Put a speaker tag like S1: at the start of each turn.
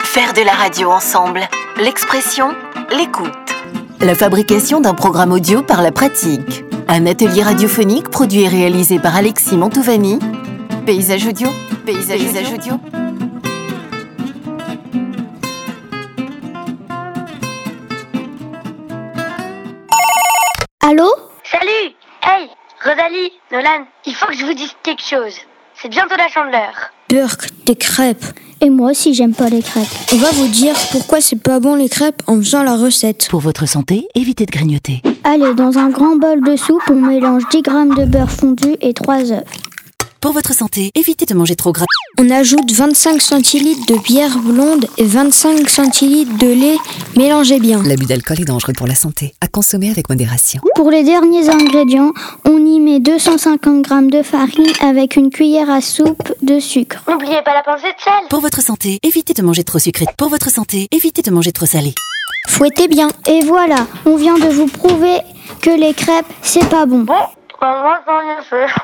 S1: Faire de la radio ensemble. L'expression, l'écoute. La fabrication d'un programme audio par la pratique. Un atelier radiophonique produit et réalisé par Alexis Mantovani. Paysage audio. Paysage,
S2: Paysage
S1: audio.
S3: Allô
S4: Salut Hey Rosalie, Nolan, il faut que je vous dise quelque chose. C'est bientôt la chandeleur.
S5: Burke, des crêpes.
S3: Et moi aussi, j'aime pas les crêpes.
S5: On va vous dire pourquoi c'est pas bon les crêpes en faisant la recette.
S6: Pour votre santé, évitez de grignoter.
S3: Allez, dans un grand bol de soupe, on mélange 10 grammes de beurre fondu et 3 œufs.
S6: Pour votre santé, évitez de manger trop gras.
S5: On ajoute 25 centilitres de bière blonde et 25 centilitres de lait. Mélangez bien.
S7: L'abus d'alcool est dangereux pour la santé, à consommer avec modération.
S3: Pour les derniers ingrédients, on y met 250 grammes de farine avec une cuillère à soupe de sucre.
S4: N'oubliez pas la pincée de sel
S6: Pour votre santé, évitez de manger trop sucré. Pour votre santé, évitez de manger trop salé.
S5: Fouettez bien.
S3: Et voilà, on vient de vous prouver que les crêpes, c'est pas bon.
S4: Bon, on mange dans le feu.